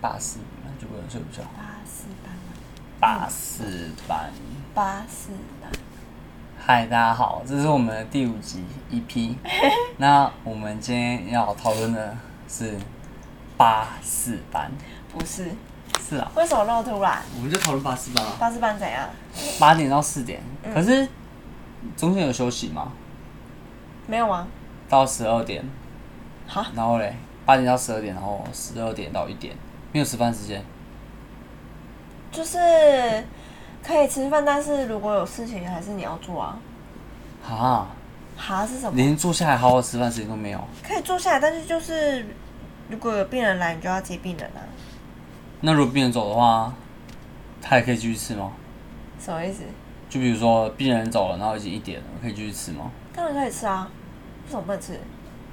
八四，那就不能睡不着。八四班吗？八四班，八四班，嗨，大家好，这是我们的第五集 EP。那我们今天要讨论的是八四班，不是？是啊，为什么那么突然？我们就讨论八四八啊，八四班怎样？八点到四点，可是中间有休息吗？没有吗？到十二点，哈？然后嘞，八点到十二点，然后十二点到一点，没有吃饭时间。就是可以吃饭，但是如果有事情还是你要做啊。啊，哈是什么？连坐下来好好吃饭时间都没有。可以坐下来，但是就是如果有病人来，你就要接病人啊。那如果病人走的话，他还可以继续吃吗？什么意思？就比如说病人走了，然后已经一点了，可以继续吃吗？当然可以吃啊，为什么不能吃？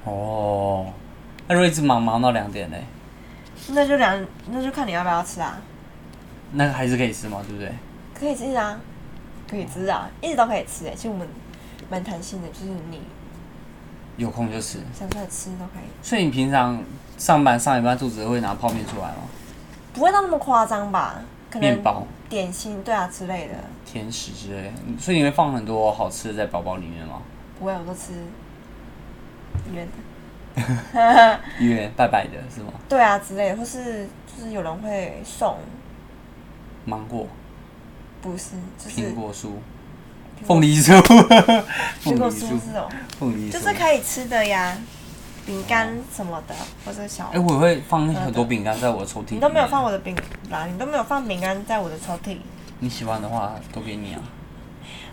哦，那如果一直忙忙到两点嘞，那就两，那就看你要不要吃啊。那个还是可以吃吗？对不对？可以吃啊，可以吃啊，一直都可以吃诶、其实我们蛮弹性的，就是你有空就吃。想出来吃都可以。所以你平常上班上一半肚子会拿泡面出来吗？不会到那么夸张吧？可能面包、点心，对啊之类的，甜食之类的，所以你会放很多好吃的在包包里面吗？不会，我都吃医院的，因为拜拜的是吗？对啊之类的，或是就是有人会送，芒果、不是就是苹果酥、苹凤果梨酥、 苹凤果梨酥酥、这种，凤梨酥，就是可以吃的呀，饼干什么的，或者小哦哎、，我会放很多饼干在我的抽屉。啊你都没有放我，的饼啦，你都没有放饼干在我的抽屉，你喜欢的话都给你啊，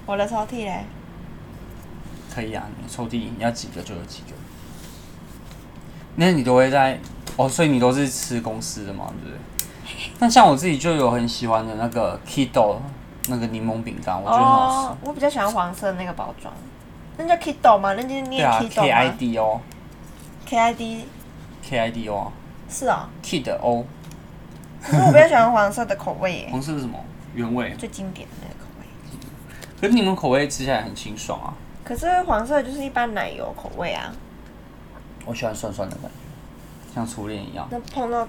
我的抽屉嘞，可以啊，你抽屉你要几个就有几个。那你都会在哦，所以你都是吃公司的嘛，对不对？ 那像我自己就有很喜欢的那个 Kido 那个柠檬饼干，我觉得很好吃。哦，我比较喜欢黄色的那个包装，那叫 Kido 吗？那就是对念啊 Kido ，K I 吗 D O ？K I D K I D O 啊是哦， ，Kid O 可是我比较喜欢黄色的口味耶。红色是什么？原味。最经典的那个口味。可是柠檬口味吃起来很清爽啊，可是黄色就是一般奶油口味啊，我喜欢酸酸的感觉，像初恋一样。那碰到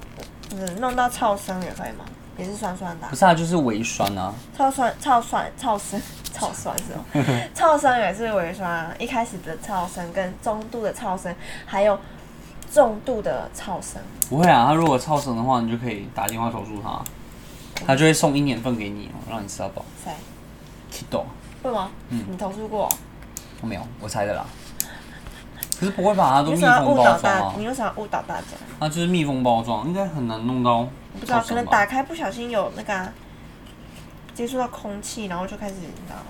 嗯弄到超生也可以吗？也是酸酸的啊、不是啊，就是微酸啊。超酸、超酸、 超生、超酸 是吗？超生也是微酸、啊，一开始的超生跟中度的超生，还有重度的超生。不会啊，他如果超神的话，你就可以打电话投诉他，他就会送一年份给你，让你吃到饱。谁？ Kido，为什么？嗯你投诉过？我没有，我猜的啦。可是不会吧？它都你为密什么要封误包导装大？啊，你为什么要误导大家？它就是密封包装，应该很难弄到不知超道，可神能吧打。开不小心有那个啊、接触到空气，然后就开始你知道吗。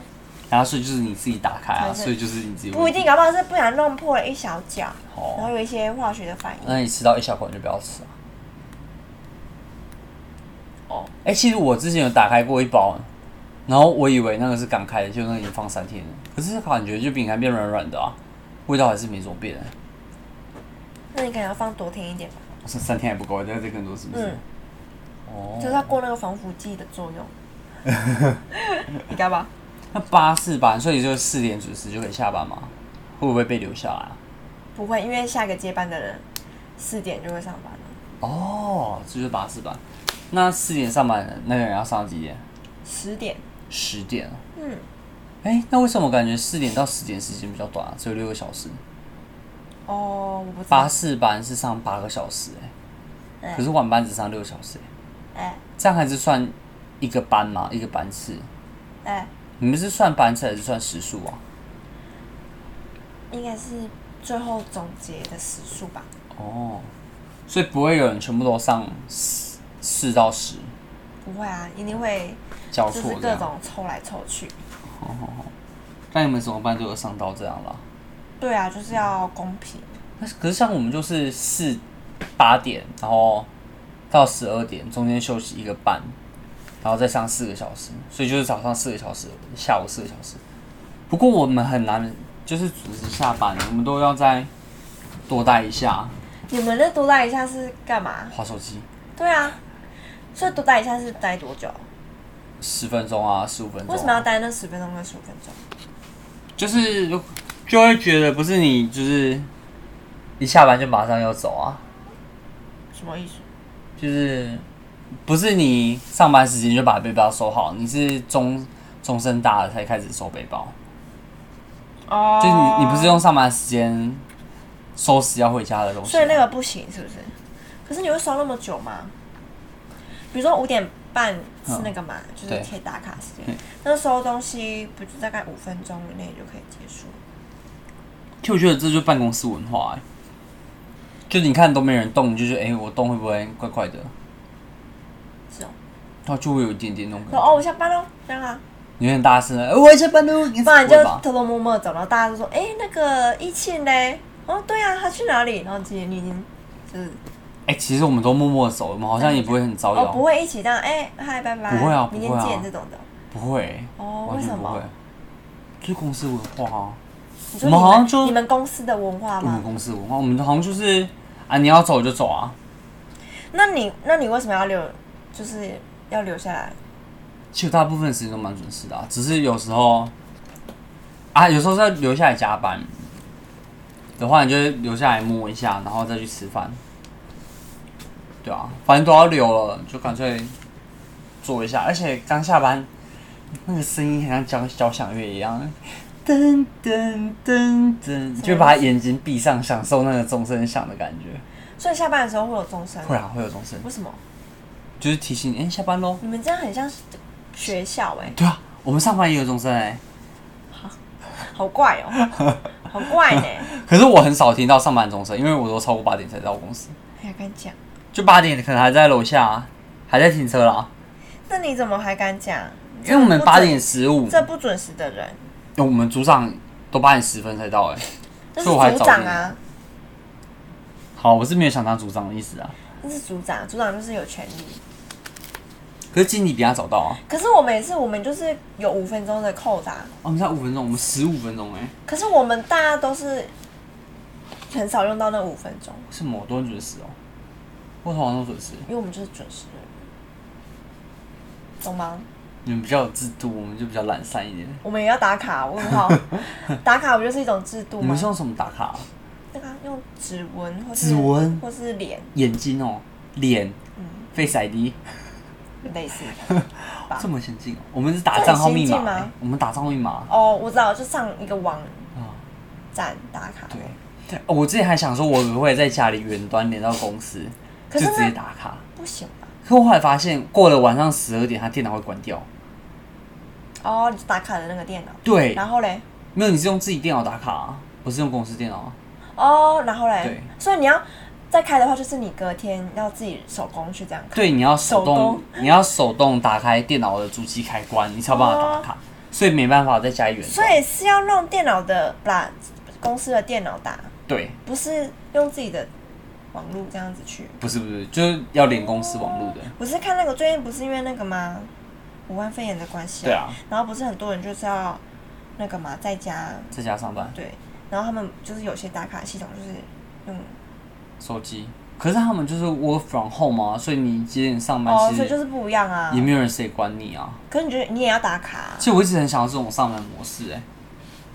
然后所以就是你自己打开啊，才是所以就是你自己。不一定，。搞不好是不小心弄破了一小角，哦然后有一些化学的反应。那你吃到一小口你就不要吃啊。哦，哎、其实我之前有打开过一包，然后我以为那个是刚开的，就那个已经放三天了。可是感觉就饼干变软软的啊，味道还是没怎么变、欸。那你可能要放多添一点吧，三三天还不够，再再更多是不是？嗯哦，就是要过那个防腐剂的作 用。你干嘛？那八四班，所以就四点准时就可以下班吗？会不会被留下来啊？不会，因为下一个接班的人四点就会上班了，哦，这就是八四班。那四点上班的那个人要上到几点？十点。十点哦。嗯，哎、那为什么我感觉四点到十点时间比较短啊？只有六个小时。哦，我不知道八。四班是上八个小时、哎、哎可是晚班只上六小时、哎哎这样还是算一个班吗？一个班次？哎，你们是算班次还是算时数啊？应该是最后总结的时数吧？哦，所以不会有人全部都上四四到十不会啊，一定会交错就是这各样。种抽来抽去。那你们怎么办？都有上到这样啦。对啊，就是要公平。但是可是像我们就是四八点，然后到十二点，中间休息一个半，然后再上四个小时，所以就是早上四个小时，下午四个小时。不过我们很难，就是准时下班，我们都要再多待一下，你们的多待一下是干嘛？划手机对啊，所以多待一下是待多久？十分钟啊，十五分钟啊、为什么要待那十分钟跟十五分钟？就是就会觉得不是你，就是一下班就马上要走啊，什么意思？就是不是你上班时间就把背包收好，你是终终身大了才开始收背包。哦，就你你不是，用上班时间收拾要回家的东西吗，啊所以那个不行是不是？可是你会刷那么久吗？比如说五点半是那个嘛，就是嗯对可以打卡时间嗯，那时候东西不就大概五分钟以内就可以结束？其实我觉得这就是办公室文化、欸，就你看都没人动，你就觉得哎、欸我动会不会怪怪的？是哦，他就会有一点点那种感说觉，哦我下班喽，这样啊，有点大声了，欸我要下班喽，你不然就不会吧偷偷摸摸地走，然后大家就说，哎、那个一庆嘞，哦对啊，他去哪里？然后其实你已经就是哎、其实我们都默默地走，我们好像也不会很招摇、哦不会一起这样，哎、嗨拜拜，不会啊明天不会啊见这种的。不会欸、哦，完为全什不会么？，就是公司文化啊，你我说你们好像就你们公司的文化我们吗？公司文化，我们好像就是啊，你要走就走啊。那你那你为什么要留？就是要留下来？其实大部分时间都蛮准时的、啊，只是有时候啊，有时候是要留下来加班的话，你就会留下来摸一下，然后再去吃饭。对啊，反正都要留了，就干脆做一下。而且刚下班，那个声音很像交交响乐一样， 噔噔噔噔，就把眼睛闭上，享受那个钟声响的感觉。所以下班的时候会有钟声，会啊，会有钟声，为什么？就是提醒你，哎、下班喽。你们这样很像学校哎、对啊，我们上班也有钟声哎、好怪哦、好怪呢、可是我很少听到上班钟声，因为我都超过八点才到公司，哎呀，敢讲？就八点可能还在楼下、啊，还在停车啦。那你怎么还敢讲？因为我们八点十五，这不准时的人，我们组长都八点十分才到哎、这是所以我还组早长一啊点，好，我是没有想当组长的意思啊。这是组长，组长就是有权利。可是经理比他早到啊，可是我每次我们就是有五分钟的扣打，哦我们才五分钟，我们十五分钟哎、可是我们大家都是很少用到那五分钟，为什么我都很准时哦、我通常都准时，因为我们就是准时的人，懂吗？你们比较有制度，我们就比较懒散一点。我们也要打卡，问 号，打卡不就是一种制度你吗们是？用什么打卡啊、那个啊用指纹或是指纹或是脸眼睛哦、脸、Face 嗯 ID，类似。这么先进哦、我们是打账号密这码很先进欸、吗我们打账号密码啊、哦，我知道，就上一个网站打卡。对，哦我之前还想说，我会不会在家里远端连到公司，可就是直接那打卡。不行吧？可我后来发现，过了晚上十二点，他电脑会关掉。哦，你打卡的那个电脑。对，然后嘞？没有，你是用自己电脑打卡、啊，我是用公司电脑、啊。哦，然后嘞对？所以你要再开的话，就是你隔天要自己手工去这样开。对，你要手手动动，你要手动打开电脑的主机开关，你才有办法哦打卡。所以没办法在家里远所端。以是要弄电脑的，把公司的电脑打，对，不是用自己的网络这样子去。不是不是，就是要连公司网络的。我是看那个最近不是因为那个吗？武汉肺炎的关系、对啊，然后不是很多人就是要那个嘛，在家在家上班，对，然后他们就是有些打卡系统就是用手机。可是他们就是 work from home 啊，所以你几点上班哦，其所以就实是不一样啊也。没有人谁管你啊。可是你觉得你也要打卡、啊其，实我一直很想要这种上班模式、哎。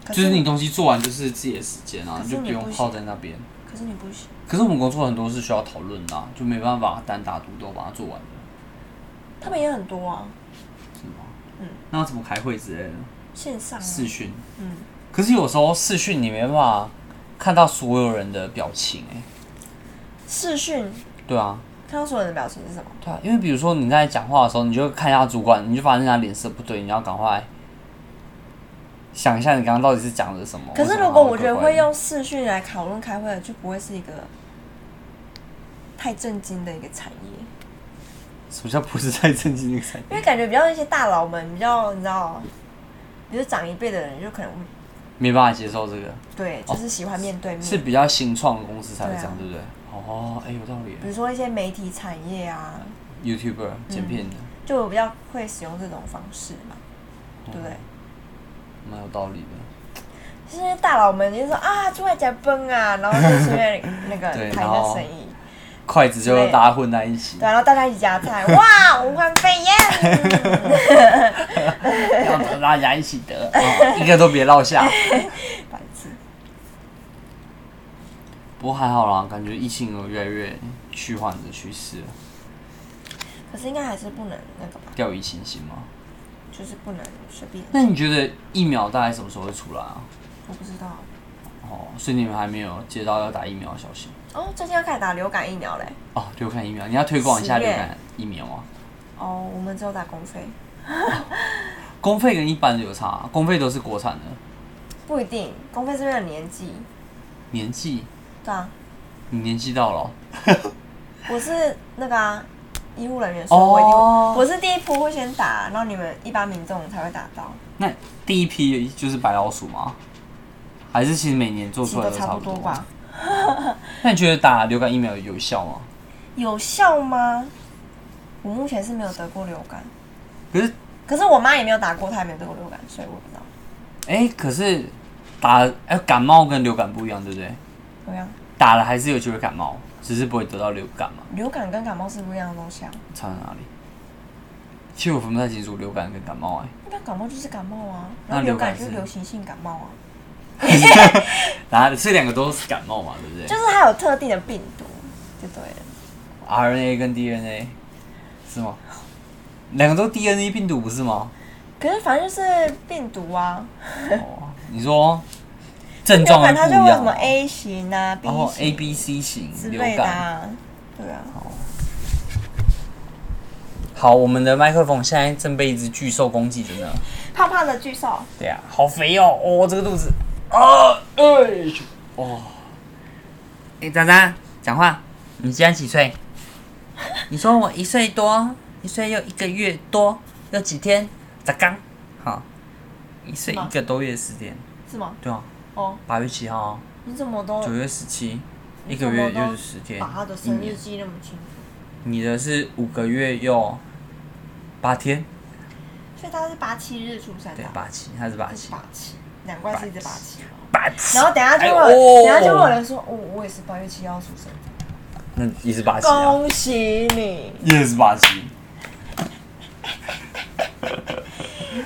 可就是你东西做完就是自己的时间啊，啊可你是就你不不用行泡在那边。可是你不行，可是我们工作很多是需要讨论的啊，就没办法单打独斗把它做完的，他们也很多啊，是吗？嗯，那要怎么开会之类的？线上、啊、视讯，嗯，可是有时候视讯你没办法看到所有人的表情、欸，视讯，对啊，看到所有人的表情是什么？对啊，因为比如说你在讲话的时候，你就看一下主管，你就发现他脸色不对，你要赶快想一下你刚刚到底是讲了什么。可为是什么如果他我觉得怪怪会的用视讯来讨论开会，就不会是一个太震惊的一个产业。什么叫不是太正经那个才因为感觉比较那些大佬们比较，你知道，就是长一辈的人，就可能没办法接受这个。对，就是喜欢面对面，哦是比较新创的公司才会这样，嗯对嗯对不对？哦，哎，有道理比如说一些媒体产业啊， ，YouTuber 剪片的，就我比较会使用这种方式嘛，嗯对不对？哦蛮有道理的。就是那些大佬们就说啊，出来加崩啊，然后就随便 那个对谈然一下后生意，筷子就对大家混在一起对，，啊然后大家一起夹 菜，哇，武汉肺炎，要得大家一起得，哦一个都别落下。白痴，不过还好啦，感觉疫情有越来越趋缓的趋势了。可是应该还是不能那个吧，掉以轻心吗？就是不能随便。那你觉得疫苗大概什么时候会出来啊？我不知道哦，所以你们还没有接到要打疫苗的消息哦，最近要开始打流感疫苗嘞。哦？流感疫苗，你要推广一下十流月感疫苗啊。哦，我们只有打公费，公费跟一般的有差、啊，公费都是国产的，不一定，公费是为了年纪。年纪对啊，你年纪到了哦、我是那个啊，医护人员，所以我一定会，哦我是第一波会先打，然后你们一般民众才会打到，那第一批就是白老鼠吗？还是其实每年做其出实来都都差差不不多多？吧。 那你觉得打流感疫苗有效吗？有效吗？我目前是没有得过流感，可是，可是我妈也没有打过，她也没有得过流感，所以我不知道。哎、可是打哎、感冒跟流感不一样，对不对？怎么样？打了还是有机会感冒，只是不会得到流感嘛？流感跟感冒是不一样的东西啊。差在哪里？其实我分不太清楚流感跟感冒哎、那感冒就是感冒啊，那然后流感流感就是是流行性感冒啊，然后这两个都是感冒嘛，对不对、就是它有特定的病毒，就对了。 r n a 跟 DNA 是吗？两个都 DNA 病毒不是吗？可是反正就是病毒啊，哦，你说症流状会感不它一就会有样什么吗， A 型啊、B 然后 A、型 B、C 型之流类的感。啊，对啊。好，我们的麦克风现在正被一只巨兽攻击着呢。胖胖的巨兽，对啊，好肥哦！哦，这个肚子啊，哎，去哦。哎，渣渣，讲话，你今年几岁？你说我一岁多，一岁又一个月多，又几天？咋刚？好，一岁什么一个多月时间。是吗？对啊，哦，八月七号，啊你怎么都九月十七，一哦你个怎么月都又是十天，把他的一生日年。记那么清楚？你的是五个月又八天，所以他是八七日出生对的，，八七，他是八是七，八七，难怪是一只八七 猫。八七。然后等下就哎会呦有，等下就会有人说，哦，我也是八月七号出生的，那也是八七啊。恭喜你！也是八七，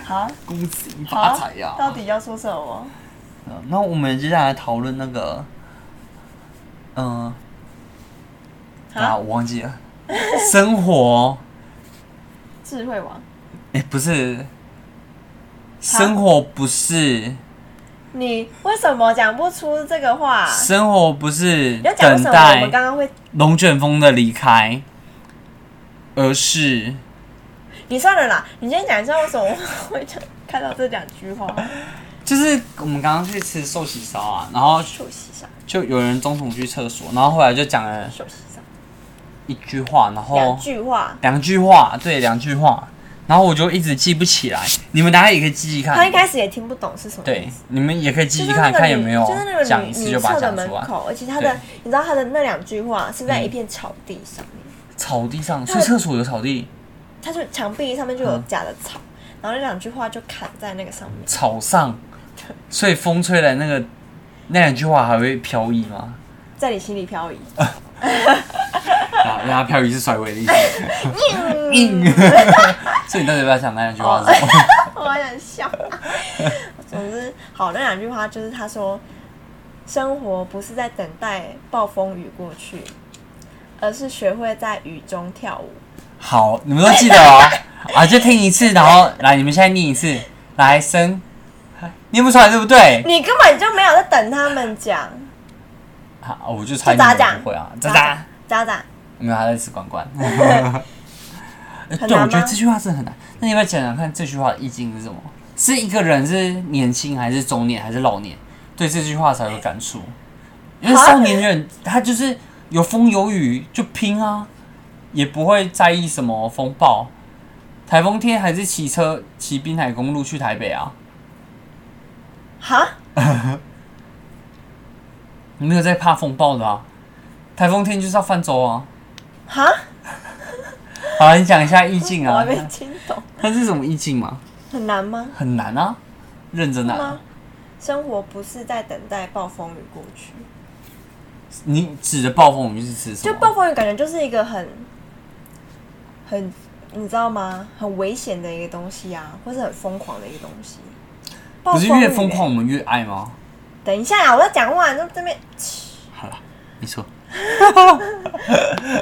好，恭喜好，到底要说什么？嗯那我们接下来讨论那个，嗯、啊，啊，我忘记了，生活，智慧王，哎、不是，生活不是，你为什么讲不出这个话？生活不是啊你要讲为等什么我待们刚刚会？龙卷风的离开，而是你算了啦，你先讲一下为什么我会看到这两句话。就是我们刚刚去吃寿喜烧啊，然后休息一下，就有人中途去厕所，然后后来就讲了休息一下，一句话，然两后句话。两句话，对，两句话。然后我就一直记不起来，你们大家也可以记记看。他一开始也听不懂是什么意对思。，你们也可以记就记是那看个看有女没有就是那个讲一女次女就把它厕的讲门出来。口，而且他的对，你知道他的那两句话是在嗯一片草地上面，草地上，所的以厕所有草地，他就墙壁上面就有嗯假的草，然后那两句话就砍在那个上面。草 上对，所以风吹来那个那两句话还会飘逸 吗？在你心里漂移。 啊，那它飘逸是甩尾的意思。硬， 所以你到底要不要讲那两句话哦是什么？我好想笑。 总之，好，那两句话就是他说，生活不是在等待暴风雨过去，而是学会在雨中跳舞。 好，你们都记得哦。啊，就听一次，然后来，你们现在念一次，来，声，念不出来对不对？你根本就没有在等他们讲，啊，我就猜就你咋们讲？不会啊，渣渣，渣渣，没有他在吃罐 罐。呃很对，我难觉得吗这？句话真的很难。那你要不要讲讲看这句话的意境是什么？是一个人是年轻还是中年还是老年？对这句话才有感触。因为少年人他就是有风有雨就拼啊，也不会在意什么风暴。台风天还是骑车骑滨海公路去台北啊？哈，你没有在怕风暴的啊？台风天就是要泛舟啊！哈，好了，你讲一下意境我啊还。没听懂，它是什么意境嘛？很难吗？很难啊，认真难、啊吗。？生活不是在等待暴风雨过去，你指的暴风雨是指什就么？暴风雨感觉就是一个很很你知道吗？很危险的一个东西啊，或是很疯狂的一个东西。暴不是越疯雨欸狂我们越爱吗？等一下啊，我要讲完，就这边 好了，你说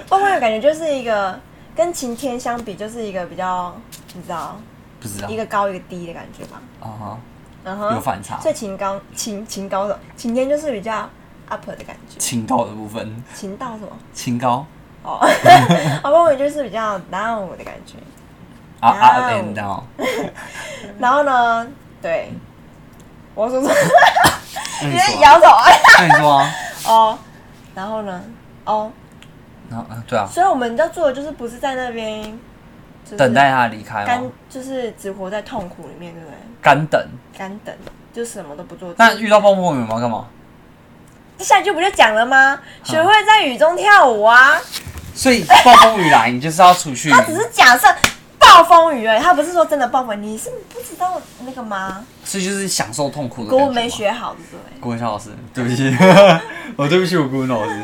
暴风雨感觉就是一个跟晴天相比，就是一个比较，你知道，不知道一个高一个低的感觉吧。啊嗯哈，啊有哼，反差所，以晴高晴晴高的晴天就是比较 up 的感觉，清高的部分，晴到什么？清高哦， 好吧，我就是比较 down 的感觉。啊啊啊 and down，然后呢，对，我说说，那你你在说啊，摇头 啊？那你说啊，哦，然后呢？哦，然后啊对啊，所以我们要做的就是不是在那边、就是等待他离开干嘛，，就是只活在痛苦里面，对不对？干等。干等，就什么都不做。那遇到暴风雨吗？干嘛？下一句不就讲了嗯吗？学会在雨中跳舞啊！所以暴风雨来，你就是要出去。他只是假设暴风雨而已，他不是说真的暴风雨。你是不知道那个吗？所以就是享受痛苦的。国文没。学好，对不对？国文小老师，对不起， 我对不起我国文老师。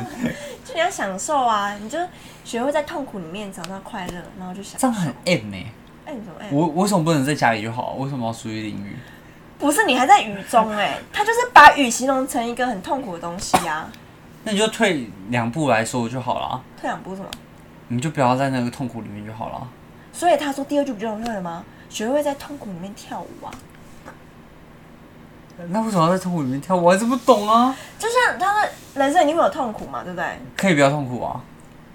就你要享受啊，你就学会在痛苦里面找到快乐，然后就想这。样很 M 欸呢、哎、你怎么哎？我我为什么不能在家里就好？为什么要出去淋雨？不是你还在雨中哎、 他就是把雨形容成一个很痛苦的东西啊。那你就退两步来说就好了，啊退两步是什么？你就不要在那个痛苦里面就好了。啊所以他说第二句不就很对了吗？学会在痛苦里面跳舞啊。那为什么要在痛苦里面跳？我还是不懂啊。就像他说，人生一定会有痛苦嘛，对不对？可以不要痛苦啊？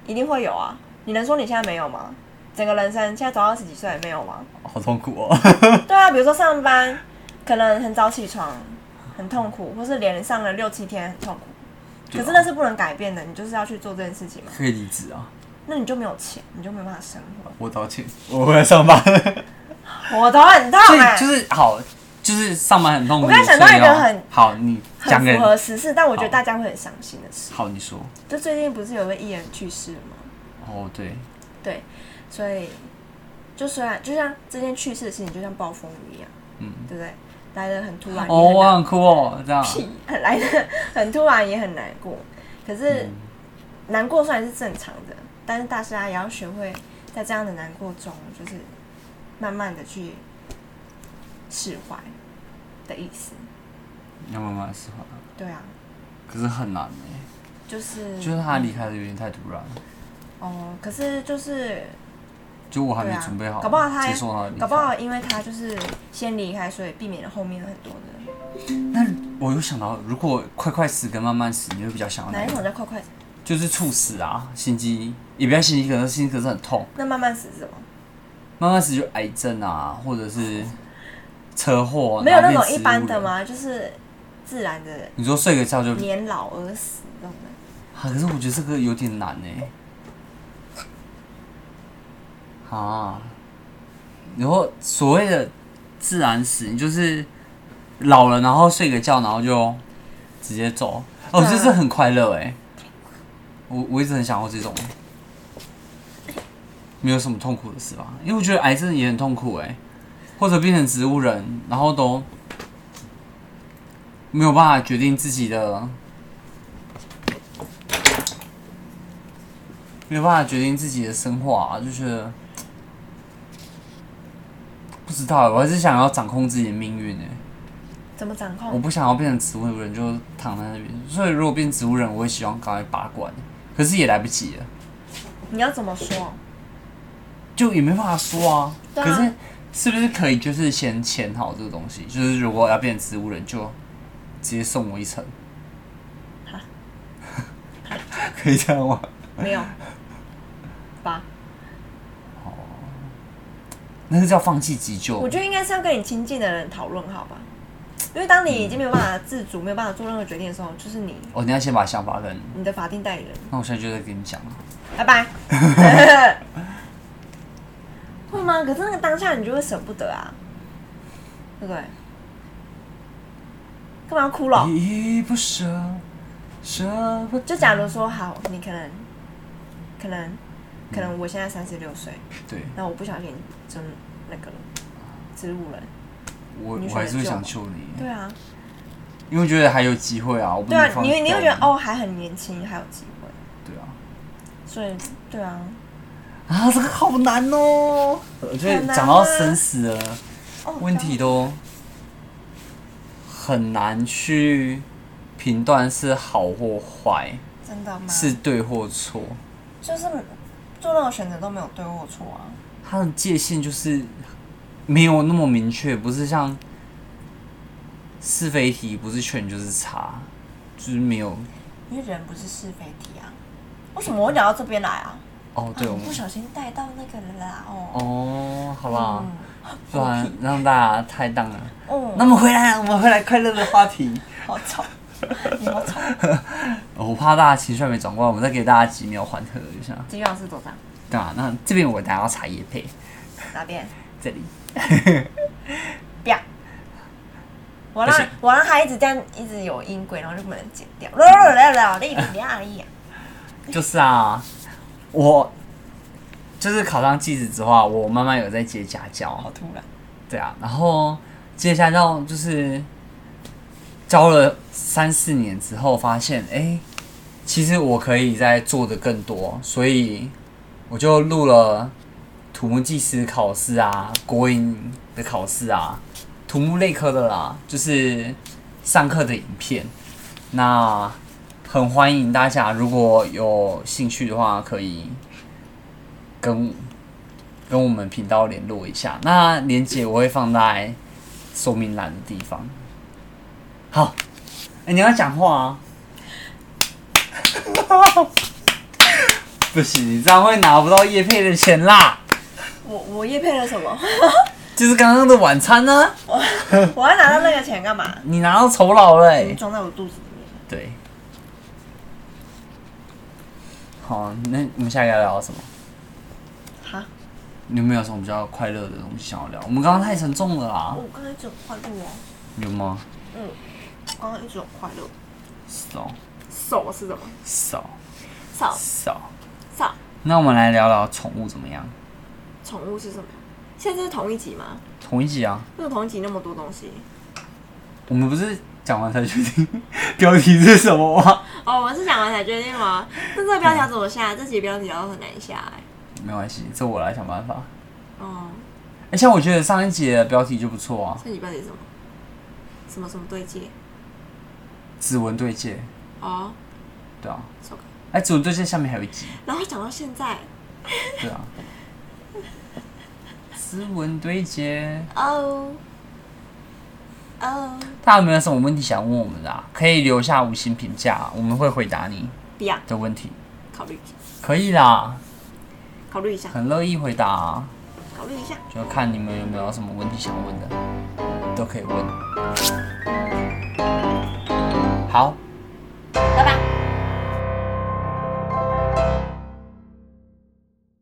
一定会有啊。你能说你现在没有吗？整个人生现在走到二十几岁没有吗？好痛苦哦。对啊，比如说上班，可能很早起床，很痛嗯苦，或是连上了六七天很痛苦。啊可是那是不能改变的，你就是要去做这件事情嘛。 可以离职啊。那你就没有钱，你就没有办法生活。我道歉，我回来上班。我头很痛 所以哎、就是好，就是上班很痛苦。我刚才想到所以一个要很好，你讲给很符合时事，但我觉得好大家会很伤心的事。好，你说。就最近不是有个艺人去世吗？哦，对，啊对，所以就虽然就像这件去世的事情，就像暴风雨一样，嗯，对不对？来的很突然，哦，也很我难很酷哦，这样。屁，很 来的很突然，也很难过。可嗯是难过虽然是正常的，但是大家也要学会在这样的难过中，就是慢慢的去释怀的意思。要慢慢释怀，对啊，可是很难哎、就是就是他离开的有点太突然，哦，可是就是就我还对没啊准备好，搞不好他接受他的离开搞不好因为他就是先离开，所以避免了后面有很多的那我又想到，如果快快死跟慢慢死，哦你会比较想要哪哪一一种种？叫快快死？就是猝死啊，心肌也不要心肌梗塞，心肌梗塞很痛，那慢慢死是什么？慢慢死就癌症啊，或者是车祸，没有那然后种变一般哦植物的人？吗？就是自然的你说睡个觉就，年老而死这种的。啊，可是我觉得这个有点难哎、啊，然后所谓的自然死，你就是老了，然后睡个觉，然后就直接走。哦，对啊这是很快乐哎、我我一直很想要这种，没有什么痛苦的事吧？因为我觉得癌症也很痛苦哎、或者变成植物人，然后都没有办法决定自己的，没有办法决定自己的生活啊，就觉得。不知道欸，我还是想要掌控自己的命运哎、怎么掌我控？不想要变成植物人，就躺在那边。所以如果变植物人，我会希望赶快拔管，可是也来不及了，你要怎么说？就也没办法说啊。对啊可是是不是可以就是先签好这个东西？就是如果要变植物人，就直接送我一层好。 可以这样吗？没有吧？那是叫放弃急救。我觉得应该是要跟你亲近的人讨论好吧，因为当你已经没有办法自主、没有办法做任何决定的时候，就是你哦，你要先把想法跟……你的法定代理人。那我现在就在跟你讲了。拜拜。 会吗？可是那个当下你就会舍不得啊，对不对？干嘛要哭了？依依不舍，舍不得就假如说好，你可能，可能，可能我现在三十六岁，对。那我不小心真那个了，植物人。我你我选还择是会救想吗救你，对啊，因为我觉得还有机会啊！我不对能啊，放你会你会觉得掉，哦还很年轻，还有机会，对啊，所以对啊，啊，这个好难哦！我觉得很难讲到啊生死的哦问题都很难去评断是好或坏，真的吗？是对或错。就是做任何选择都没有对或错啊。它的界限就是没有那么明确，不是像是非题，不是劝就是差，就是没有。因为人不是是非题啊。为什么我会聊到这边来啊？哦，对，啊我不们小心带到那个了啦，哦，哦，好啦，嗯不然让大家太荡了。哦，啊那么回来，我们回来快乐的话题。好吵， 你好吵。哦我怕大家情绪还没转过来，我们再给大家几秒缓和一下。金老师多少？对啊，那这边我等下要查叶配，哪边？这里不要。我不让行我让他一直这样，一直有音轨，然后就不能剪掉。 来来来来，你啊你哪里呀？就是啊，我就是考上技职之后啊，我慢慢有在接家教。突然。对啊，然后接下来到就是教了三四年之后，发现哎、诶其实我可以再做的更多，所以我就录了土木技师考试啊，国营的考试啊，土木类科的啦，就是上课的影片。那很欢迎大家，如果有兴趣的话，可以跟跟我们频道联络一下。那连接我会放在说明栏的地方。好，哎、你要讲话啊！ 不行，你这样会拿不到叶配的钱啦。我我叶配了什么？就是刚刚的晚餐呢、 我要拿到那个钱干嘛？你拿到酬劳了、欸。装在我肚子里面。对。好，那我们下一个要聊什么？哈，你有没有什么比较快乐的东西想要聊？我们刚刚太沉重了啦，我刚才一直很快乐哦，有吗？嗯，我刚刚一直很快乐。少手是什么？少手少。手。那我们来聊聊宠物怎么样？宠物是什么？现在是同一集吗？同一集啊，为什么同一集那么多东西？我们不是讲完才决定标题是什么吗？ 哦，我们是讲完才决定吗？那这个标题要怎么下？这集标题要很难下哎、没关系，这我来想办法。哦，哎、像我觉得上一集的标题就不错啊，这集标题是什么？什么什么对接？指纹对戒，哦，对啊。手感哎、指纹对戒下面还有一集，然后讲到现在，对啊。指纹对戒，哦，哦，大家有没有什么问题想问我们的、啊？可以留下五星评价啊、我们会回答你不要，的问题。考虑一下，可以啦，考虑一下，很乐意回答、啊，考虑一下。就看你们有没有什么问题想问的，都可以问。好，